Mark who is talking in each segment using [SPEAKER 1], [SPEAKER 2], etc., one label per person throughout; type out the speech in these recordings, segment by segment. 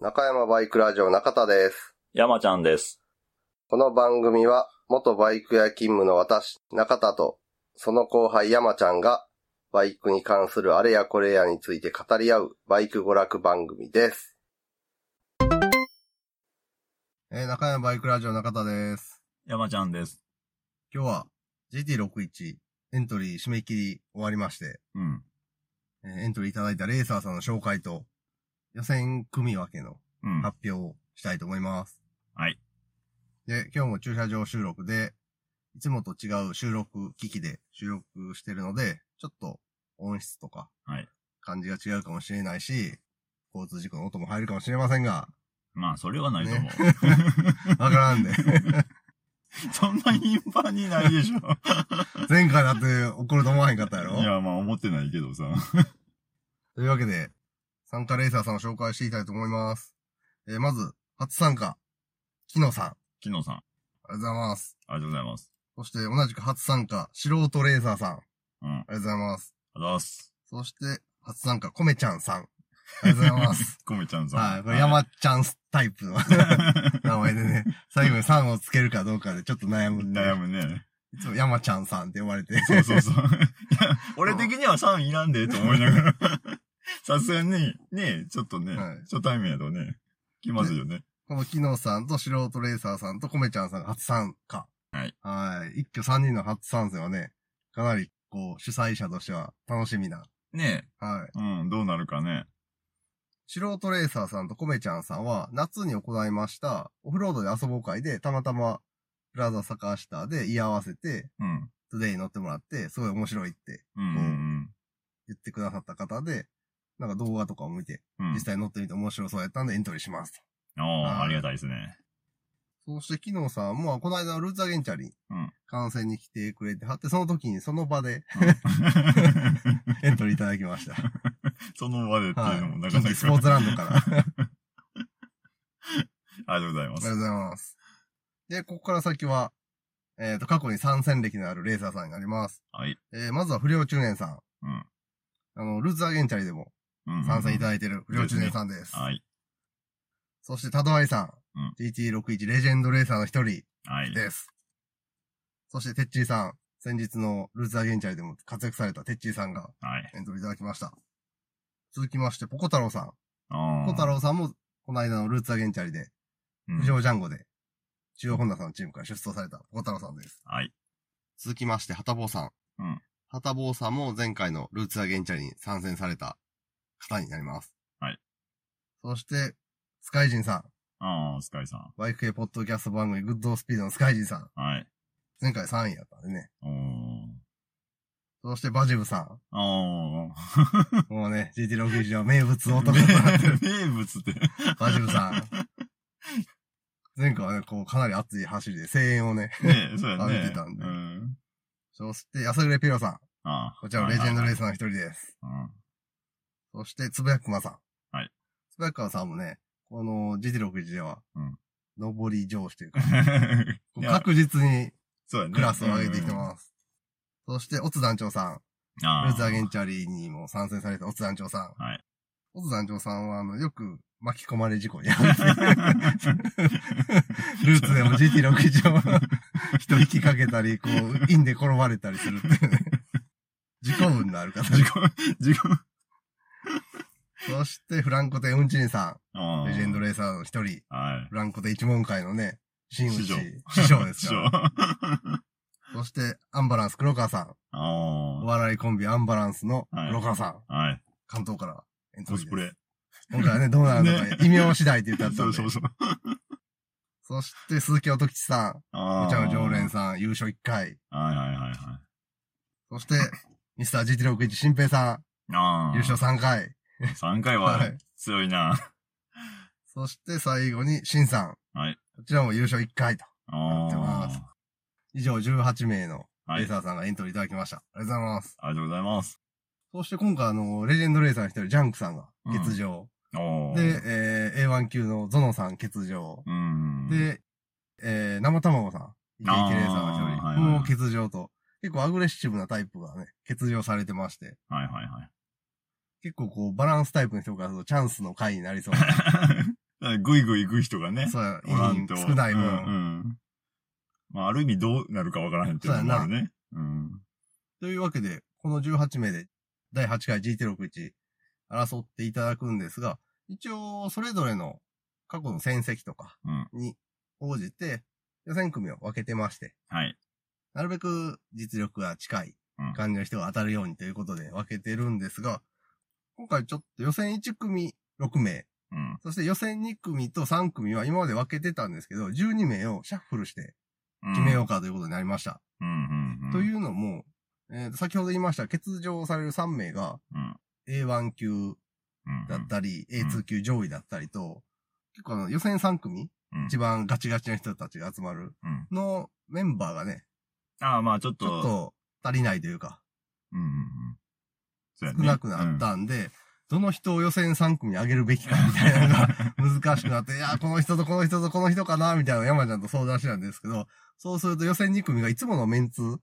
[SPEAKER 1] 中山バイクラジオ中田です。
[SPEAKER 2] 山ちゃんです。
[SPEAKER 1] この番組は、元バイク屋勤務の私、中田と、その後輩山ちゃんが、バイクに関するあれやこれやについて語り合う、バイク娯楽番組です。えー中山バイクラジオ中田です。
[SPEAKER 2] 山ちゃんです。
[SPEAKER 1] 今日は、GT61 エントリー締め切り終わりまして、
[SPEAKER 2] うん。
[SPEAKER 1] えーエントリーいただいたレーサーさんの紹介と、予選組分けの
[SPEAKER 2] うん。
[SPEAKER 1] 発表をしたいと思います。
[SPEAKER 2] はい。
[SPEAKER 1] で、今日も駐車場収録で、いつもと違う収録機器で収録してるので、ちょっと音質とか、
[SPEAKER 2] はい
[SPEAKER 1] 感じが違うかもしれないし、交通事故の音も入るかもしれませんが、
[SPEAKER 2] まあ、それはないと思う。
[SPEAKER 1] わから んで。
[SPEAKER 2] そんな頻繁にないでしょ。
[SPEAKER 1] 前回だって怒ると思わへんかったやろ
[SPEAKER 2] いや、まあ、思ってないけどさ。
[SPEAKER 1] というわけで、参加レーサーさんを紹介していきたいと思います。えーまず、初参加、木野さん。
[SPEAKER 2] 木野さん、
[SPEAKER 1] ありがとうございます。
[SPEAKER 2] ありがとうございます。
[SPEAKER 1] そして、同じく初参加、素人レーサーさん。
[SPEAKER 2] うん。
[SPEAKER 1] あり
[SPEAKER 2] ありが
[SPEAKER 1] がとうございます。
[SPEAKER 2] とうございます。
[SPEAKER 1] そして、初参加、コメちゃんさん。ありがとうござい ます。
[SPEAKER 2] コメちゃんさん。
[SPEAKER 1] はい。これ、山ちゃんタイプ の名前でね、最後にさんをつけるかどうかでちょっと悩む。
[SPEAKER 2] 悩。むね。
[SPEAKER 1] いつも山ちゃんさんって呼ばれて。
[SPEAKER 2] そうそうそう。いや 俺的には3いらんで、と思いながら。 さすがに、ねちょっとね、
[SPEAKER 1] はい
[SPEAKER 2] 初対面やとね、気まずいよね。
[SPEAKER 1] この木野さんと素人レーサーさんとコメちゃんさんが初参加。
[SPEAKER 2] はい。
[SPEAKER 1] はい。一挙三人の初参戦はね、かなり、こう、主催者としては楽しみな。
[SPEAKER 2] ね
[SPEAKER 1] はい。
[SPEAKER 2] うん、どうなるかね。
[SPEAKER 1] 素人レーサーさんとコメちゃんさんは、夏に行いました、オフロードで遊ぼう会で、たまたま、プラザ坂下で居合わせて、
[SPEAKER 2] うん。
[SPEAKER 1] トゥデイに乗ってもらって、すごい面白いって
[SPEAKER 2] うんうん
[SPEAKER 1] 言ってくださった方で、なんか動画とかを見て、
[SPEAKER 2] うん。うん
[SPEAKER 1] 実。際乗ってみて面白そうやったんでエントリーしますと。
[SPEAKER 2] お
[SPEAKER 1] はい
[SPEAKER 2] ー、ありがたいです ね。
[SPEAKER 1] そして、昨日さんも、この間のルーツアゲンチャリに
[SPEAKER 2] うん、
[SPEAKER 1] 観戦に来てくれてはって、その時にその場で エントリーいただきま した。
[SPEAKER 2] その場でって
[SPEAKER 1] は
[SPEAKER 2] いうのもなか
[SPEAKER 1] い。
[SPEAKER 2] なか。
[SPEAKER 1] スポーツランド から。ありが
[SPEAKER 2] ありがとうござい
[SPEAKER 1] と
[SPEAKER 2] ま
[SPEAKER 1] う
[SPEAKER 2] す。
[SPEAKER 1] ございます。で、ここから先は、えっ、と、過去に参戦歴のあるレーサーさんになります。
[SPEAKER 2] はい。
[SPEAKER 1] えーまずは不良中年さん。
[SPEAKER 2] うん
[SPEAKER 1] あの、ルーツアゲンチャリでも
[SPEAKER 2] うんうんうん
[SPEAKER 1] 参戦いただいてる不良中年さんです。
[SPEAKER 2] はい。
[SPEAKER 1] そして、タドアイさん。
[SPEAKER 2] うん
[SPEAKER 1] GT61 レジェンドレーサーの一人
[SPEAKER 2] はい。
[SPEAKER 1] です。そして、てっちーさん。先日のルーツアゲンチャリでも活躍されたてっちーさんが
[SPEAKER 2] はい。
[SPEAKER 1] エントリーいただきました。続きまして、ポコ太郎さん。ポコ
[SPEAKER 2] 小
[SPEAKER 1] 太郎さんも、この間のルーツアゲンチャリで、
[SPEAKER 2] うん
[SPEAKER 1] 不条ジャンゴで、中央本田さんのチームから出走されたポコ太郎さんです。
[SPEAKER 2] はい。
[SPEAKER 1] 続きまして、はたぼうさん。
[SPEAKER 2] うん。
[SPEAKER 1] はたぼうさんも前回のルーツアゲンチャリに参戦された方になります。
[SPEAKER 2] はい。
[SPEAKER 1] そして、スカイジンさん。
[SPEAKER 2] ああ、スカイさん。
[SPEAKER 1] バイク系ポッドキャスト番組、グッドスピードのスカイジンさん。
[SPEAKER 2] はい。
[SPEAKER 1] 前回3位やったんでね。
[SPEAKER 2] おー。
[SPEAKER 1] そしてバジブさ
[SPEAKER 2] お
[SPEAKER 1] ん。もうね、GT61 の名物
[SPEAKER 2] ー。
[SPEAKER 1] 男とな ってる
[SPEAKER 2] 名物って。
[SPEAKER 1] バジブさん。前回はね、こう、かなり熱い走りで声援をね。
[SPEAKER 2] ねえ、そうや
[SPEAKER 1] あ見
[SPEAKER 2] ね
[SPEAKER 1] て。たんで
[SPEAKER 2] うん。
[SPEAKER 1] そして、安暮ピロさん。
[SPEAKER 2] ああ。
[SPEAKER 1] こちらもレジェンドレー
[SPEAKER 2] ス。
[SPEAKER 1] サーの一人です。
[SPEAKER 2] うん
[SPEAKER 1] そして、つぶやくまさん。
[SPEAKER 2] はい。
[SPEAKER 1] つぶやくまさんもね、この GT61 では、
[SPEAKER 2] うん
[SPEAKER 1] 上り上司という か、
[SPEAKER 2] いや
[SPEAKER 1] 確実に
[SPEAKER 2] そうやね。
[SPEAKER 1] クラスを上げてきてます。そして、オツ団長さん。
[SPEAKER 2] うん。ああ。
[SPEAKER 1] ルーツアゲンチャリにも参戦されたオツ団長さん。
[SPEAKER 2] はい。
[SPEAKER 1] オツ団長さんは、あの、よく巻き込まれ事故に遭 って、ルーツでも GT61 を人引きかけたり、こう、インで転ばれたりするっていうね。事故運のある方
[SPEAKER 2] 自己、自己、
[SPEAKER 1] そして、フランコテ・ウンチンさん。レジェンド
[SPEAKER 2] レ
[SPEAKER 1] レーサーの一人。
[SPEAKER 2] はい。
[SPEAKER 1] フランコテ一門会のね、新内
[SPEAKER 2] 師
[SPEAKER 1] 師
[SPEAKER 2] 匠
[SPEAKER 1] 匠。師匠です
[SPEAKER 2] 師
[SPEAKER 1] か
[SPEAKER 2] 匠。
[SPEAKER 1] ら。そして、アンバランス黒川さん。お
[SPEAKER 2] あ
[SPEAKER 1] 笑いコンビアンバランスの黒川さん。
[SPEAKER 2] あ。はい。
[SPEAKER 1] 関東からエント
[SPEAKER 2] コ
[SPEAKER 1] リーです
[SPEAKER 2] スプレ。
[SPEAKER 1] 今回はね、どうなるのか、
[SPEAKER 2] ね
[SPEAKER 1] 異名次第って言ってあった
[SPEAKER 2] そ
[SPEAKER 1] ん
[SPEAKER 2] う
[SPEAKER 1] で。
[SPEAKER 2] そうそう。
[SPEAKER 1] そして、鈴木音吉さん。
[SPEAKER 2] あ
[SPEAKER 1] お
[SPEAKER 2] あ。
[SPEAKER 1] 茶の常連さん、優勝1回。
[SPEAKER 2] はいはいはいはい。
[SPEAKER 1] そ して、ミスター GT61 新平さ
[SPEAKER 2] あ
[SPEAKER 1] ん、
[SPEAKER 2] あ。
[SPEAKER 1] 優勝3回。
[SPEAKER 2] 3回
[SPEAKER 1] は。
[SPEAKER 2] はい強いな。
[SPEAKER 1] そして、最後に、シンさん。
[SPEAKER 2] はい。
[SPEAKER 1] こちらも優勝1回と。 やって
[SPEAKER 2] あ
[SPEAKER 1] ます以上18名の
[SPEAKER 2] あ。は
[SPEAKER 1] レ
[SPEAKER 2] い。
[SPEAKER 1] ー
[SPEAKER 2] あり
[SPEAKER 1] サーさんがエントリーいただきました。ありがとうございます。
[SPEAKER 2] がとうございます。
[SPEAKER 1] そして今回、あの、レジェンドレーサーの一人、ジャンクさんが欠場。
[SPEAKER 2] おー。
[SPEAKER 1] で、、えー、A1 級のゾノさん欠場。
[SPEAKER 2] うん。、
[SPEAKER 1] で、えー、生卵さん、イケイケレーサーの一人、
[SPEAKER 2] あーはいはい
[SPEAKER 1] もう欠場と、結構アグレッシブなタイプがね、欠場されてまして、
[SPEAKER 2] はいはいはい。
[SPEAKER 1] 結構こう、バランスタイプの人からするとチャンスの回になりそうな
[SPEAKER 2] だからぐいぐい行く人がね、
[SPEAKER 1] そう、い
[SPEAKER 2] おらん
[SPEAKER 1] い、
[SPEAKER 2] と。
[SPEAKER 1] 少ない分。
[SPEAKER 2] うん、うん。まあ、ある意味どうなるかわからへんっていうのもあるね。うん。
[SPEAKER 1] というわけで、この18名で第8回 GT61 争っていただくんですが、一応それぞれの過去の戦績とか
[SPEAKER 2] うん
[SPEAKER 1] に応じて予選組を分けてまして、
[SPEAKER 2] はい。
[SPEAKER 1] なるべく実力が近い感じの人が当たるようにということで分けてるんですが、今回ちょっと予選1組6名、
[SPEAKER 2] うん。
[SPEAKER 1] そして予選2組と3組は今まで分けてたんですけど、12名をシャッフルして
[SPEAKER 2] うん
[SPEAKER 1] 決めようかということになりました。
[SPEAKER 2] うん。うん。うん。
[SPEAKER 1] というのも、えーと先ほど言いました、欠場される3名が、
[SPEAKER 2] うん。
[SPEAKER 1] A1 級
[SPEAKER 2] うん。
[SPEAKER 1] だったり、
[SPEAKER 2] ん
[SPEAKER 1] A2 級上位だったりと、結構あの予選3組、
[SPEAKER 2] うん
[SPEAKER 1] 一番ガチガチな人たちが集まる
[SPEAKER 2] うん。
[SPEAKER 1] のメンバーがね、
[SPEAKER 2] ああ、まあ、ちょっ
[SPEAKER 1] ちょっ
[SPEAKER 2] と。
[SPEAKER 1] と足りないというか、
[SPEAKER 2] うんうんうん。そうや
[SPEAKER 1] 少
[SPEAKER 2] ね
[SPEAKER 1] なくなっ。たんで、どの人を予選3組に上げるべきかみたいなのが難しくなって、いや、この人とこの人とこの人かな、みたいなのを山ちゃんと相談してたんですけど、そうすると予選2組がいつものメンツ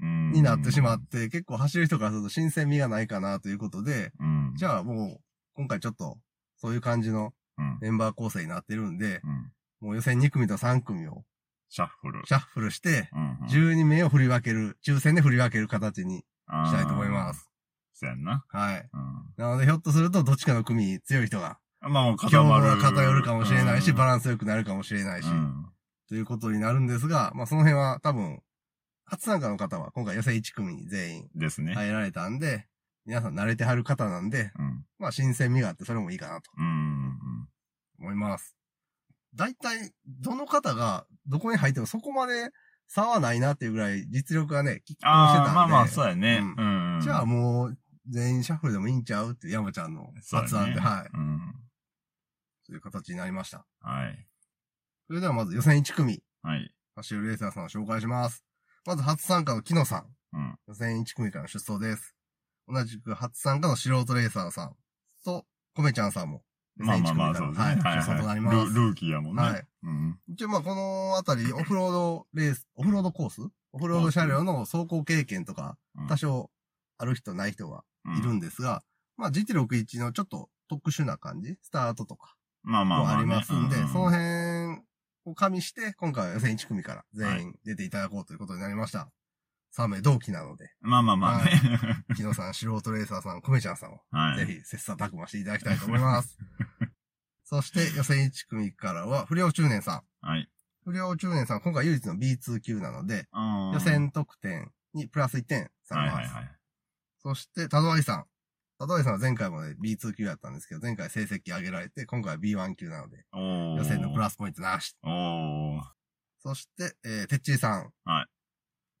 [SPEAKER 2] うん
[SPEAKER 1] になってしまっ。て、結構走る人からすると新鮮味がないかなということで、
[SPEAKER 2] うん。
[SPEAKER 1] じ
[SPEAKER 2] ゃ
[SPEAKER 1] ゃあもう、今回ちょっと、そういう感じの
[SPEAKER 2] うん。
[SPEAKER 1] メンバー構成になってるんで、
[SPEAKER 2] うん。
[SPEAKER 1] もう予選2組と3組を
[SPEAKER 2] シャッフル。
[SPEAKER 1] シャッフルして、
[SPEAKER 2] うんうん
[SPEAKER 1] 12名を振り分ける、抽選で振り分ける形に
[SPEAKER 2] あー
[SPEAKER 1] したいと思います。。
[SPEAKER 2] そうやんな。
[SPEAKER 1] はい。
[SPEAKER 2] うん。
[SPEAKER 1] なので、ひょっとすると、どっちかの組に強い人が、
[SPEAKER 2] まあ、もう
[SPEAKER 1] 今
[SPEAKER 2] 固
[SPEAKER 1] 日
[SPEAKER 2] ま
[SPEAKER 1] は
[SPEAKER 2] る。
[SPEAKER 1] 偏るかもしれないし、バ
[SPEAKER 2] ラ
[SPEAKER 1] ランス良くなるかもしれないし、
[SPEAKER 2] うん。
[SPEAKER 1] ということになるんですが、まあ、その辺は多分、初参加の方は、今回予選1組に全員
[SPEAKER 2] ですね。
[SPEAKER 1] 入られたんで、皆さん慣れてはる方なんで、
[SPEAKER 2] うん。
[SPEAKER 1] まあ、新鮮味があって、それもいいかなと。
[SPEAKER 2] うん。
[SPEAKER 1] 思います。大体、どの方が、どこに入ってもそこまで差はないなっていうぐらい実力がね、きっ抗してたん
[SPEAKER 2] あ
[SPEAKER 1] で。
[SPEAKER 2] あ、まあまあ、そうやね。
[SPEAKER 1] う
[SPEAKER 2] うん。
[SPEAKER 1] じゃあもう、全員シャッフルでもいいんちゃうっていう山ちゃんの
[SPEAKER 2] そうやね
[SPEAKER 1] 発案で、はい。
[SPEAKER 2] うん。
[SPEAKER 1] そういう形になりました。
[SPEAKER 2] はい。
[SPEAKER 1] それではまず予選1組、
[SPEAKER 2] はい。
[SPEAKER 1] 走るレーサーさんを紹介します。まず初参加の木野さん。
[SPEAKER 2] うん。
[SPEAKER 1] 予選1組からの出走です。同じく初参加の素人レーサーさんと、コメちゃんさんも。予
[SPEAKER 2] まあ
[SPEAKER 1] 選1
[SPEAKER 2] まあ
[SPEAKER 1] 組
[SPEAKER 2] まあ、
[SPEAKER 1] か
[SPEAKER 2] そう
[SPEAKER 1] ら
[SPEAKER 2] です
[SPEAKER 1] はい、出
[SPEAKER 2] ね。
[SPEAKER 1] 走となります。
[SPEAKER 2] ルルーキーやもんね。
[SPEAKER 1] はい。
[SPEAKER 2] うん。
[SPEAKER 1] 一応まあこのあたり、オフロードレース、オフロードコースオフロード車両の走行経験とか
[SPEAKER 2] うん、
[SPEAKER 1] 多少ある人ない人がいるんですが、まあ GT61 のちょっと特殊な感じ、スタートとか
[SPEAKER 2] まあまあ
[SPEAKER 1] も
[SPEAKER 2] まあ
[SPEAKER 1] あ
[SPEAKER 2] ね。
[SPEAKER 1] りますんで、
[SPEAKER 2] うう
[SPEAKER 1] その辺を加味して、今回は予選1組から全員出ていただこうということになりました。3名同期なので、
[SPEAKER 2] まあまあまあね。
[SPEAKER 1] 木野さん、素人レーサーさん、コメちゃんさんを
[SPEAKER 2] はい。
[SPEAKER 1] ぜひ切磋琢磨していただきたいと思います。 そして予選1組からは不良中年さん。
[SPEAKER 2] はい。
[SPEAKER 1] 不良中年さん、今回唯一の B2 級なので、
[SPEAKER 2] うん
[SPEAKER 1] 予選得点にプラス1点さ
[SPEAKER 2] はい
[SPEAKER 1] れます。
[SPEAKER 2] はいはい。
[SPEAKER 1] そして、田戸愛さん。田戸愛さんは前回まで B2 級だったんですけど、前回成績上げられて、今回は B1 級なので、
[SPEAKER 2] おー
[SPEAKER 1] 予選のプラスポイントなし。
[SPEAKER 2] おー。
[SPEAKER 1] そして、えー、てっちりさん。
[SPEAKER 2] はい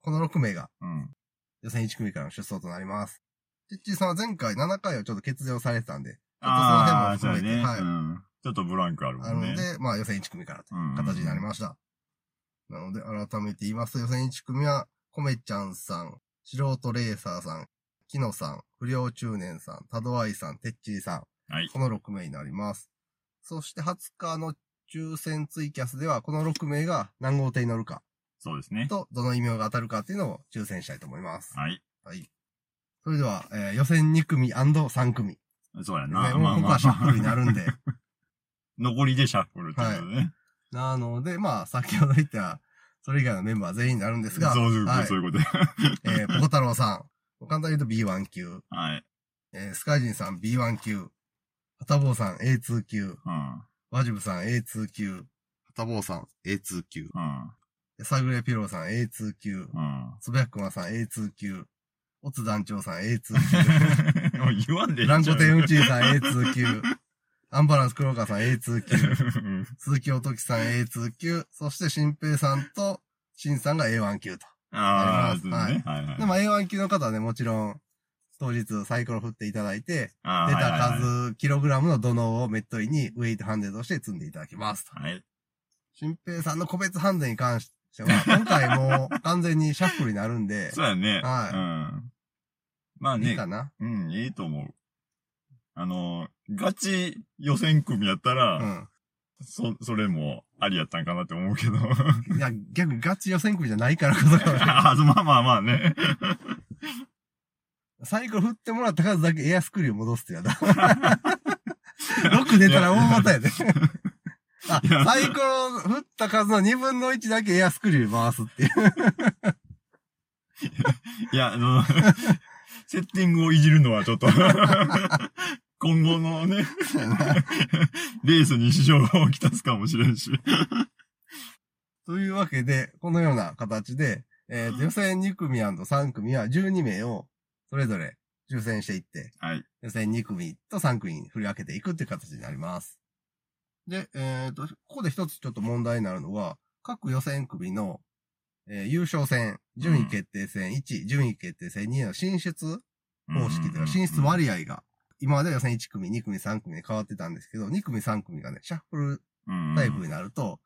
[SPEAKER 1] この6名が
[SPEAKER 2] うん。
[SPEAKER 1] 予選1組からの出走となります。てっちりさんは前回7回はちょっと欠場されてたんで、ちょっとその辺も
[SPEAKER 2] ああー、そう
[SPEAKER 1] 含めて、
[SPEAKER 2] やね。
[SPEAKER 1] はい。
[SPEAKER 2] うんちょっとブランクあるも
[SPEAKER 1] ある
[SPEAKER 2] ん
[SPEAKER 1] の
[SPEAKER 2] ね。
[SPEAKER 1] で、まあ予選1組からと
[SPEAKER 2] うん
[SPEAKER 1] いう形になりました。なので、改めて言いますと、予選1組は、コメちゃんさん、素人レーサーさん、キノさん、不良中年さん、タドアイさん、てっちりさん、
[SPEAKER 2] はい。
[SPEAKER 1] この6名になります。そして20日の抽選ツイキャスでは、この6名が何号艇に乗るか
[SPEAKER 2] そうですね。
[SPEAKER 1] と、どの異名が当たるかっていうのを抽選したいと思います。
[SPEAKER 2] はい。
[SPEAKER 1] はい。それでは、えー予選2組 &3 組。
[SPEAKER 2] そうや
[SPEAKER 1] ね、も
[SPEAKER 2] な。
[SPEAKER 1] う
[SPEAKER 2] まあ
[SPEAKER 1] ここ
[SPEAKER 2] まあ
[SPEAKER 1] はシャッフルになるんで。
[SPEAKER 2] 残りでシャッフルってことね。
[SPEAKER 1] なので、まあ、先ほど言った、それ以外のメンバー全員になるんですが、
[SPEAKER 2] そういうこと、
[SPEAKER 1] はい
[SPEAKER 2] そういうこと。
[SPEAKER 1] えー、ポコ太郎さん、もう簡単に言うと B1 級、
[SPEAKER 2] はい。
[SPEAKER 1] えー、スカイジンさん B1 級、ハタボーさん A2 級、
[SPEAKER 2] うん。
[SPEAKER 1] ワジブさん A2 級、ハタボーさん A2 級、
[SPEAKER 2] うん。
[SPEAKER 1] サグレピローさん A2 級、
[SPEAKER 2] うん。
[SPEAKER 1] つぶやくまさん A2 級、オツ団長さん A2 級、
[SPEAKER 2] も う言わんでいいんちゃ
[SPEAKER 1] ブランコ
[SPEAKER 2] う
[SPEAKER 1] テンウチーさん A2 級、アンバランス黒川さん A2 級、
[SPEAKER 2] うん
[SPEAKER 1] 鈴木おときさん A2 級、そして新平さんと、シンさんが A1 級と。
[SPEAKER 2] ああ、そう
[SPEAKER 1] は
[SPEAKER 2] ね
[SPEAKER 1] い。
[SPEAKER 2] はいはい。
[SPEAKER 1] で、まあ A1 級の方はね、もちろん、当日サイコロ振っていただいて、
[SPEAKER 2] あー
[SPEAKER 1] 出た。
[SPEAKER 2] はい
[SPEAKER 1] 数、キログラムの土のうをメットイにウェイトハンデとして積んでいただきますと。
[SPEAKER 2] はいはい。
[SPEAKER 1] 新平さんの個別ハンデに関して は、今回もう完全にシャッフルになるんで、
[SPEAKER 2] そうやね。
[SPEAKER 1] はい
[SPEAKER 2] うん。まあ
[SPEAKER 1] いい
[SPEAKER 2] ね
[SPEAKER 1] か、な。
[SPEAKER 2] うん、いいと思う。あの、ガチ予選組やったら、
[SPEAKER 1] う
[SPEAKER 2] そ、それもありやったんかなって思うけど。
[SPEAKER 1] ん。いや、逆にガチ予選組じゃないからこそかもしれない
[SPEAKER 2] ああ、まあまあまあね。
[SPEAKER 1] サイコロ振ってもらった数だけエアスクリュー戻すってやだ。6出たら大股やで。サイコロ振った数の2分の1だけエアスクリュー回すっていう。
[SPEAKER 2] いや、あの、 セッティングをいじるのはちょっと、 今後のね、レースに支障をきたすかもしれんし。
[SPEAKER 1] というわけで、このような形で、えーと予選2組 &3 組は12名をそれぞれ抽選していって、
[SPEAKER 2] はい。
[SPEAKER 1] 予選2組と3組に振り分けていくっていう形になります。で、えっ、と、ここで一つちょっと問題になるのは、各予選組の、えー優勝戦、順位決定戦1、順位決定戦2の進出方式というか、進出割合が、今までは予選1組、2組、3組で変わってたんですけど、2組、3組がね、シャッフル
[SPEAKER 2] 合
[SPEAKER 1] タイプになると、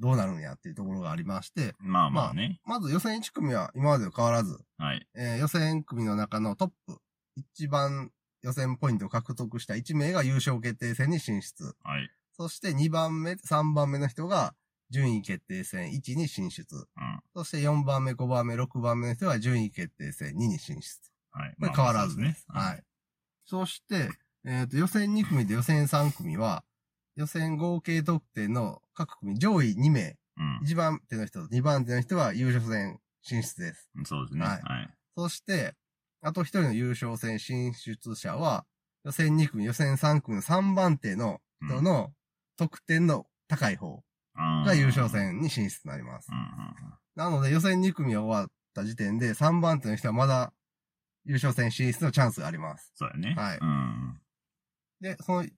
[SPEAKER 1] どうなるんやっていうところがありまして、
[SPEAKER 2] まあまあね。
[SPEAKER 1] まず予選1組は今までと変わらず、
[SPEAKER 2] はい。
[SPEAKER 1] えー予選組の中のトップ、一番予選ポイントを獲得した1名が優勝決定戦に進出。
[SPEAKER 2] はい。
[SPEAKER 1] そして2番目、3番目の人が順位決定戦1に進出。
[SPEAKER 2] うん
[SPEAKER 1] そして4番目、5番目、6番目の人は順位決定戦2に進出。
[SPEAKER 2] はい。
[SPEAKER 1] これ
[SPEAKER 2] まあ
[SPEAKER 1] 変わらず
[SPEAKER 2] そうですね。
[SPEAKER 1] は。い。そして、えっ、と、予選2組と予選3組は、予選合計得点の各組上位2名、
[SPEAKER 2] うん
[SPEAKER 1] 1番手の人と2番手の人は優勝戦進出です。
[SPEAKER 2] うん。そうですね。は
[SPEAKER 1] はいい。そして、あと一人の優勝戦進出者は、予選2組、予選3組の3番手の人の得点の高い方が
[SPEAKER 2] が
[SPEAKER 1] 優勝。戦に進出になります
[SPEAKER 2] う。んうん
[SPEAKER 1] なので予選2組が終わった時点で3番手の人はまだ優勝戦進出のチャンスがあります。
[SPEAKER 2] そうやね。
[SPEAKER 1] はい
[SPEAKER 2] うん。
[SPEAKER 1] で、その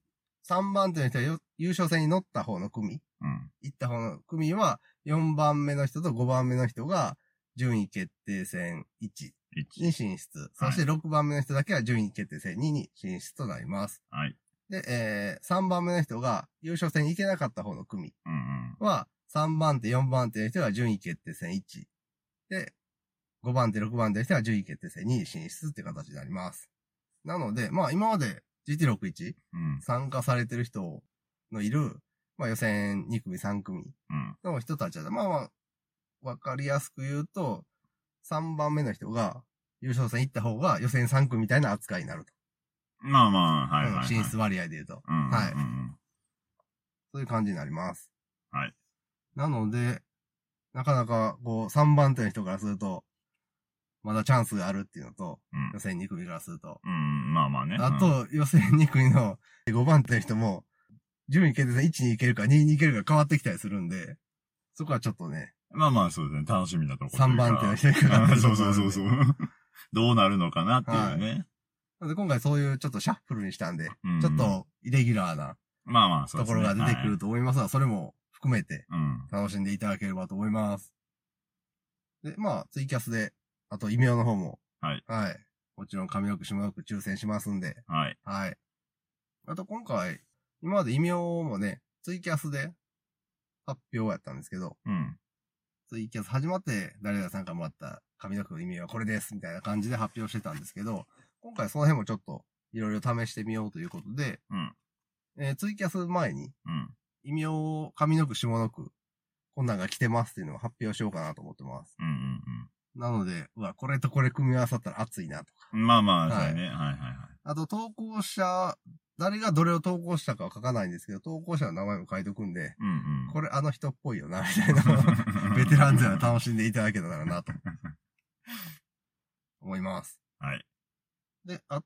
[SPEAKER 1] 3番手の人はよ優勝戦に乗った方の組、
[SPEAKER 2] うん。
[SPEAKER 1] 行った方の組は4番目の人と5番目の人が順位決定戦1、
[SPEAKER 2] 一。
[SPEAKER 1] に進出。そして6番目の人だけは順位決定戦2に進出となります。
[SPEAKER 2] はい。
[SPEAKER 1] で、えー、3番目の人が優勝戦に行けなかった方の組
[SPEAKER 2] うんうん。
[SPEAKER 1] は、3番手、4番手の人は順位決定戦1。で、5番手、6番手の人は順位決定戦2に進出っていう形になります。なので、まあ今まで GT61
[SPEAKER 2] うん。
[SPEAKER 1] 参加されてる人のいる、まあ予選2組、3組
[SPEAKER 2] うん。
[SPEAKER 1] の人たちは、まあまあ、わかりやすく言うと、3番目の人が優勝戦行った方が予選3区みたいな扱いになると。
[SPEAKER 2] まあまあ、はいはい
[SPEAKER 1] うん
[SPEAKER 2] はい。
[SPEAKER 1] 進出割合で言うと。
[SPEAKER 2] うんうんうん。
[SPEAKER 1] はい
[SPEAKER 2] うん
[SPEAKER 1] そういう感じになります。
[SPEAKER 2] はい。
[SPEAKER 1] なので、なかなか、こう、3番手の人からすると、まだチャンスがあるっていうのと、予選2組からすると。
[SPEAKER 2] うん。まあまあね。
[SPEAKER 1] あと、予選2組の5番手の人も、順位決定戦1に行けるか2に行けるか変わってきたりするんで、そこはちょっとね、
[SPEAKER 2] まあまあ、そうですね。楽しみなところ。
[SPEAKER 1] 3番手の人にかかってる
[SPEAKER 2] あ
[SPEAKER 1] と
[SPEAKER 2] そう
[SPEAKER 1] ころ
[SPEAKER 2] そ
[SPEAKER 1] な
[SPEAKER 2] うん
[SPEAKER 1] で
[SPEAKER 2] そうそう。どうなるのかなっていうね。
[SPEAKER 1] なので今回そういうちょっとシャッフルにしたんで、
[SPEAKER 2] うん
[SPEAKER 1] ちょっとイレギュラーな
[SPEAKER 2] まあまあ、そう
[SPEAKER 1] と
[SPEAKER 2] です
[SPEAKER 1] こ
[SPEAKER 2] ね。
[SPEAKER 1] ろが出てくると思いますが、それも含めて
[SPEAKER 2] はい。うん。
[SPEAKER 1] 楽しんでいただければと思います。で、まあ、ツイキャスで、あと、異名の方も、
[SPEAKER 2] はい。
[SPEAKER 1] はい。もちろん、上奥、下奥、抽選しますんで、
[SPEAKER 2] はい。
[SPEAKER 1] はい。あと、今回、今まで異名もね、ツイキャスで発表やったんですけど、
[SPEAKER 2] うん。
[SPEAKER 1] ツイキャス始まって、誰々さんからもらった髪の毛の意味はこれです、みたいな感じで発表してたんですけど、今回その辺もちょっと、いろいろ試してみようということで、
[SPEAKER 2] うん
[SPEAKER 1] えーツイキャス前に、
[SPEAKER 2] うん。
[SPEAKER 1] 異名を上の句下の句、こんなんが来てますっていうのを発表しようかなと思ってます。
[SPEAKER 2] うん。うん
[SPEAKER 1] なので、うわ、これとこれ組み合わさったら熱いなとか。
[SPEAKER 2] うん。まあまあ、
[SPEAKER 1] はい
[SPEAKER 2] そうね。はいはいはい。
[SPEAKER 1] あと、投稿者、誰がどれを投稿したかは書かないんですけど、投稿者の名前も書いとくんで、
[SPEAKER 2] うんうん。
[SPEAKER 1] これあの人っぽいよな、みたいなのを ベテラン勢は楽しんでいただけたらなと。思います。
[SPEAKER 2] はい。
[SPEAKER 1] で、あ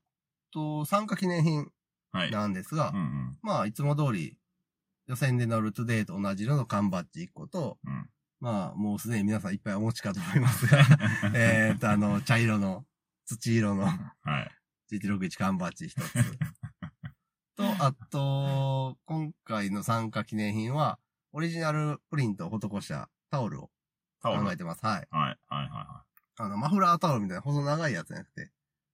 [SPEAKER 1] と、参加記念品
[SPEAKER 2] はい。
[SPEAKER 1] なんですが、
[SPEAKER 2] うんうん。
[SPEAKER 1] まあ、いつも通り、予選でのルートデーと同じ色の缶バッジ1個と、
[SPEAKER 2] うん
[SPEAKER 1] まあ、もうすでに皆さんいっぱいお持ちかと思いますが、 えっと、あの、茶色の、土色の
[SPEAKER 2] はい。
[SPEAKER 1] GT61 缶バッジ1つ。 と、あと、今回の参加記念品は、オリジナルプリントを施したタオルを
[SPEAKER 2] タ
[SPEAKER 1] 考
[SPEAKER 2] オル。はい
[SPEAKER 1] えてます。はい。
[SPEAKER 2] はいはいは
[SPEAKER 1] あの、マフラータオルみたいな細長いやつじゃなくて、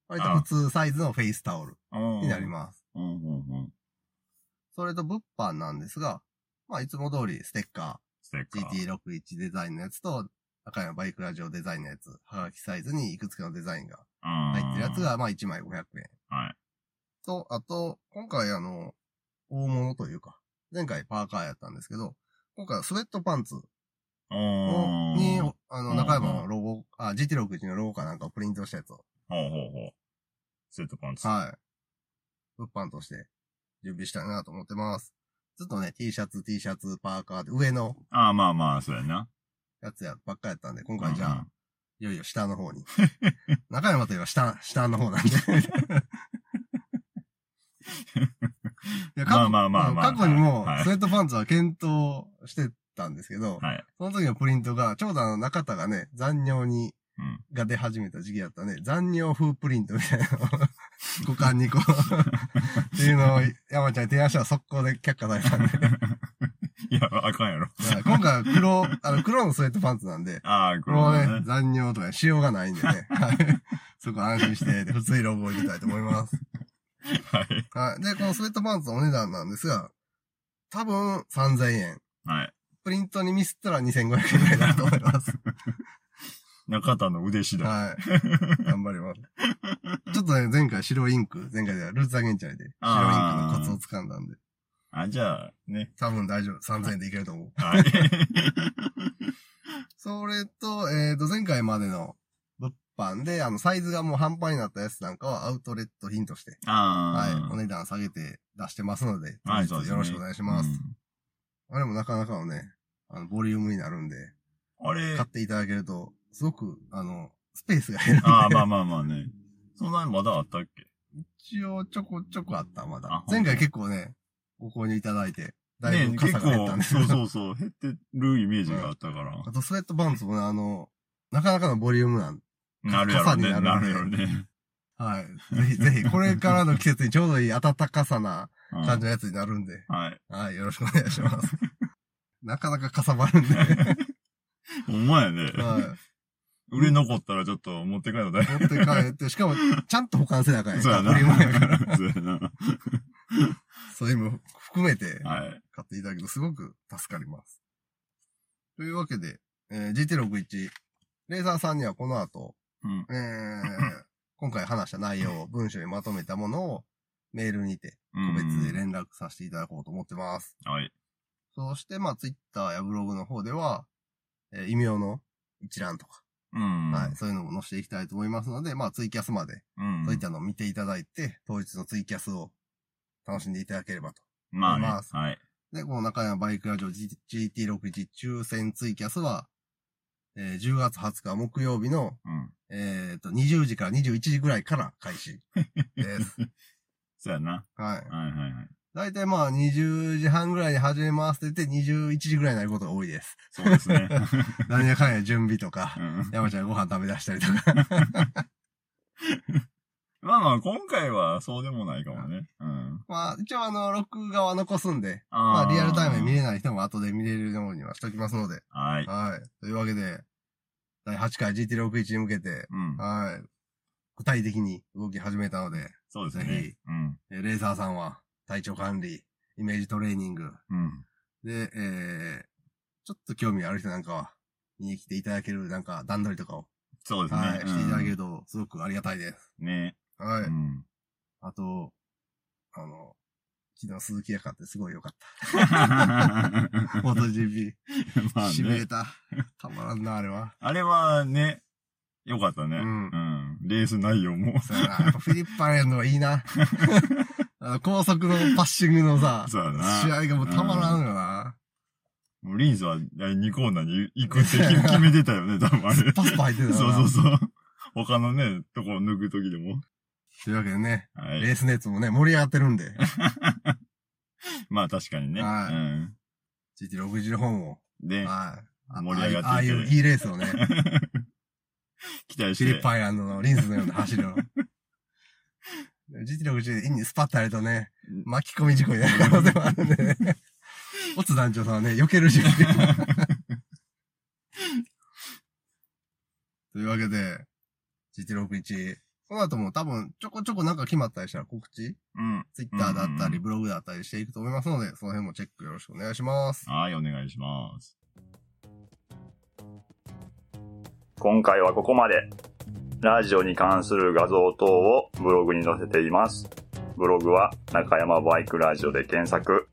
[SPEAKER 1] 割と普通サイズのフェイスタオル
[SPEAKER 2] いおー。
[SPEAKER 1] になります。
[SPEAKER 2] うんうんうん。
[SPEAKER 1] それと物販なんですが、まあ、いつも通りステッカ
[SPEAKER 2] ステッ
[SPEAKER 1] ー、
[SPEAKER 2] カー。
[SPEAKER 1] GT61 デザインのやつと、赤山バイクラジオデザインのやつ、はがきサイズにいくつかのデザインが入ってるやつが、まあ、1枚500円。
[SPEAKER 2] うん。はい。
[SPEAKER 1] と、あと、今回あの、大物というか、前回パーカーやったんですけど、今回はスウェットパンツ
[SPEAKER 2] お
[SPEAKER 1] を
[SPEAKER 2] ー。
[SPEAKER 1] に、あ
[SPEAKER 2] う
[SPEAKER 1] の、
[SPEAKER 2] ん
[SPEAKER 1] 中山のロゴ、あ、GT61 のロゴかなんかをプリントしたやつを、
[SPEAKER 2] ほうほうほう。セットパンツ。
[SPEAKER 1] はい。物販として準備したいなと思ってます。ずっとね、T シャツ、T シャツ、パーカーで、上の
[SPEAKER 2] ああ、まあまあ、そうやな。
[SPEAKER 1] やつや、ばっかやったんで、今回じゃあ、いよいよ下の方に。 中山といえば下、下の方なんで。いや過去
[SPEAKER 2] まあまあまあまあ
[SPEAKER 1] 過去にも
[SPEAKER 2] は、い
[SPEAKER 1] スウェットパンツは検討してたんですけど、
[SPEAKER 2] うん、はい。
[SPEAKER 1] その時のプリントが、ちょうどあの中田がね、残尿に、
[SPEAKER 2] うん
[SPEAKER 1] が出始めた時期だったね、残尿風プリントみたいなのを 股間にこう、っていうのを山ちゃんに提案したら速攻で却下されたんで。
[SPEAKER 2] いや、あかんやろ。
[SPEAKER 1] はい今回は黒、あの黒のスウェットパンツなんで、
[SPEAKER 2] ああ、
[SPEAKER 1] こ
[SPEAKER 2] こ
[SPEAKER 1] れ
[SPEAKER 2] れは
[SPEAKER 1] はね
[SPEAKER 2] ね、。
[SPEAKER 1] 残尿とかしようがないんでね。はい。そこ安心して、普通にロゴを入れたいと思います。
[SPEAKER 2] はい。
[SPEAKER 1] はい。で、このスウェットパンツのお値段なんですが、多分3000円。
[SPEAKER 2] はい。
[SPEAKER 1] プリントにミスったら2500円ぐらいだと思います。
[SPEAKER 2] 中田の腕次第。
[SPEAKER 1] はい。頑張ります。ちょっとね、前回白インク、前回ではルーツアゲンチャリで白インクのコツを掴んだんで、
[SPEAKER 2] あ、じゃあ、ね。
[SPEAKER 1] 多分大丈夫。3000円でいけると思う。
[SPEAKER 2] はい。
[SPEAKER 1] それと、えっ、と、前回までの物販で、あの、サイズがもう半端になったやつなんかはアウトレット品として、はい
[SPEAKER 2] あ、あ。
[SPEAKER 1] お値段下げて出してますので、
[SPEAKER 2] はい
[SPEAKER 1] 当日よろしくお願いします。
[SPEAKER 2] うん
[SPEAKER 1] あれもなかなかのね、あの、ボリュームになるんで、
[SPEAKER 2] あれ
[SPEAKER 1] 買、っていただけると、すごく、あの、スペースが減るんで。
[SPEAKER 2] ああ、まあまあまあね。そんなにまだあったっけ
[SPEAKER 1] 一応、ちょこちょこあった、ま
[SPEAKER 2] あ
[SPEAKER 1] だ
[SPEAKER 2] ほ。んと
[SPEAKER 1] 前回結構ね、ご購入いただいて、だい
[SPEAKER 2] ね
[SPEAKER 1] ぶ
[SPEAKER 2] 結
[SPEAKER 1] 傘が減ったん
[SPEAKER 2] 構、
[SPEAKER 1] です
[SPEAKER 2] そ
[SPEAKER 1] け
[SPEAKER 2] う
[SPEAKER 1] ど、
[SPEAKER 2] そうそう、減ってるイメージがあったか ら。
[SPEAKER 1] あと、スウェットパンツもね、あの、なかなかのボリュームなんで
[SPEAKER 2] なるやろね。
[SPEAKER 1] 傘にな
[SPEAKER 2] な
[SPEAKER 1] る
[SPEAKER 2] る
[SPEAKER 1] んで
[SPEAKER 2] やろね。
[SPEAKER 1] はい。ぜ ひぜひ、これからの季節にちょうどいい暖かさな
[SPEAKER 2] うん
[SPEAKER 1] 感じのやつになるんで、
[SPEAKER 2] はい。
[SPEAKER 1] はい、よろしくお願いし ます。なかなかかさばるんで、はい。
[SPEAKER 2] ほんまやね。売れ残ったらちょっと持って帰るの大
[SPEAKER 1] 持って帰って、しかも、ちゃんと保管せなあかんやん
[SPEAKER 2] そうや
[SPEAKER 1] ボリュームやから
[SPEAKER 2] な。 そうやな。
[SPEAKER 1] そういうのも含めて、
[SPEAKER 2] はい。
[SPEAKER 1] 買っていただけるとすごく助かります。というわけで、えー GT61、レーザーさんにはこの後、
[SPEAKER 2] うん。
[SPEAKER 1] え ー今回話した内容を文章にまとめたものをメールにて
[SPEAKER 2] う
[SPEAKER 1] 個
[SPEAKER 2] ん
[SPEAKER 1] 別で連絡させていただこうと思ってます。
[SPEAKER 2] はい。
[SPEAKER 1] そして、まあ、ツイッターやブログの方では、えー異名の一覧とか、
[SPEAKER 2] うん。
[SPEAKER 1] はい、そういうのも載せていきたいと思いますので、まあ、ツイキャスまで、
[SPEAKER 2] うん。
[SPEAKER 1] そういったのを見ていただいて、当日のツイキャスを楽しんでいただければと。
[SPEAKER 2] まあね。
[SPEAKER 1] ま
[SPEAKER 2] はい。
[SPEAKER 1] で、この中山バイクラジオ G- GT61 抽選ツイキャスは、えー10月20日木曜日の、
[SPEAKER 2] うん。
[SPEAKER 1] えっ、と、20時から21時ぐらいから開始 です。
[SPEAKER 2] そうやな。
[SPEAKER 1] はい。
[SPEAKER 2] はいはい はい。
[SPEAKER 1] だいたいまあ20時半ぐらいに始めますって言って21時ぐらいになることが多い です。
[SPEAKER 2] そうですね。
[SPEAKER 1] 何やかんや準備と
[SPEAKER 2] う
[SPEAKER 1] か、
[SPEAKER 2] ん
[SPEAKER 1] 山ちゃんがご飯食べ出したりと か。
[SPEAKER 2] まあまあ、今回はそうでもないかもね。うん。
[SPEAKER 1] まあ一応あの、録画は残すんで、ま
[SPEAKER 2] あ
[SPEAKER 1] あリアルタイムで見
[SPEAKER 2] る。
[SPEAKER 1] れない人も後で見れるようにはしときますので。
[SPEAKER 2] はい。
[SPEAKER 1] はい。というわけで、第8回 GT61 に向けて、
[SPEAKER 2] うん。
[SPEAKER 1] はい。具体的に動き始めたので、
[SPEAKER 2] そうです
[SPEAKER 1] ぜ
[SPEAKER 2] ね
[SPEAKER 1] ひ。
[SPEAKER 2] うん。
[SPEAKER 1] えーレーザーさんは体調管理、イメージトレーニング、
[SPEAKER 2] うん。
[SPEAKER 1] で、えー、ちょっと興味ある人なんかは、見に来ていただける、なんか段取りとかを、
[SPEAKER 2] そうですね。
[SPEAKER 1] はい、していただける
[SPEAKER 2] と。
[SPEAKER 1] と、すごくありがたいです。
[SPEAKER 2] ね。
[SPEAKER 1] は
[SPEAKER 2] う
[SPEAKER 1] い。
[SPEAKER 2] ん。
[SPEAKER 1] あと、あの、昨日鈴木が買ってすごい良か った。
[SPEAKER 2] ま
[SPEAKER 1] MotoGP。
[SPEAKER 2] あ
[SPEAKER 1] しびれ
[SPEAKER 2] ね。
[SPEAKER 1] た。たまらんな、あれは。
[SPEAKER 2] あれはね、よかったね。
[SPEAKER 1] う
[SPEAKER 2] うんん。レース内容も。
[SPEAKER 1] そうやな。やっぱフィリップ・アレンドはいい な。あの高速のパッシングのさ、
[SPEAKER 2] そうやな
[SPEAKER 1] 試合がもうたまらんよな。
[SPEAKER 2] もうリンスは第2コーナーに行くって決めてたよね、多分あれ。
[SPEAKER 1] パスパ入ってたよな。
[SPEAKER 2] そうそうそう。他のね、ところ抜くときでも。
[SPEAKER 1] というわけでね、
[SPEAKER 2] は
[SPEAKER 1] レ
[SPEAKER 2] い。
[SPEAKER 1] ースネットもね、盛り上がってるんで、
[SPEAKER 2] まあ確かにね。う
[SPEAKER 1] はい
[SPEAKER 2] ん。
[SPEAKER 1] GT60 の方も、
[SPEAKER 2] で、
[SPEAKER 1] はい。あ
[SPEAKER 2] 盛り上
[SPEAKER 1] あ
[SPEAKER 2] が
[SPEAKER 1] あ
[SPEAKER 2] っ
[SPEAKER 1] い
[SPEAKER 2] ていて
[SPEAKER 1] ういいレースをね、フ
[SPEAKER 2] 期待し
[SPEAKER 1] ィリッ
[SPEAKER 2] て
[SPEAKER 1] プ。アイランドのリンスのような走りを。GT60 でインにスパッとやるとね、巻き込み事故になる可能性もあるんで ね。オツ団長さんはね、避ける準備。というわけで、GT61。この後も多分、ちょこちょこなんか決まったりしたら告知
[SPEAKER 2] うん。
[SPEAKER 1] Twitter だった
[SPEAKER 2] うんう
[SPEAKER 1] り、
[SPEAKER 2] ん
[SPEAKER 1] ブログだったりしていくと思いますので、その辺もチェックよろしくお願いします。
[SPEAKER 2] はい、お願いします。
[SPEAKER 3] 今回はここまで。ラジオに関する画像等をブログに載せています。ブログは中山バイクラジオで検索。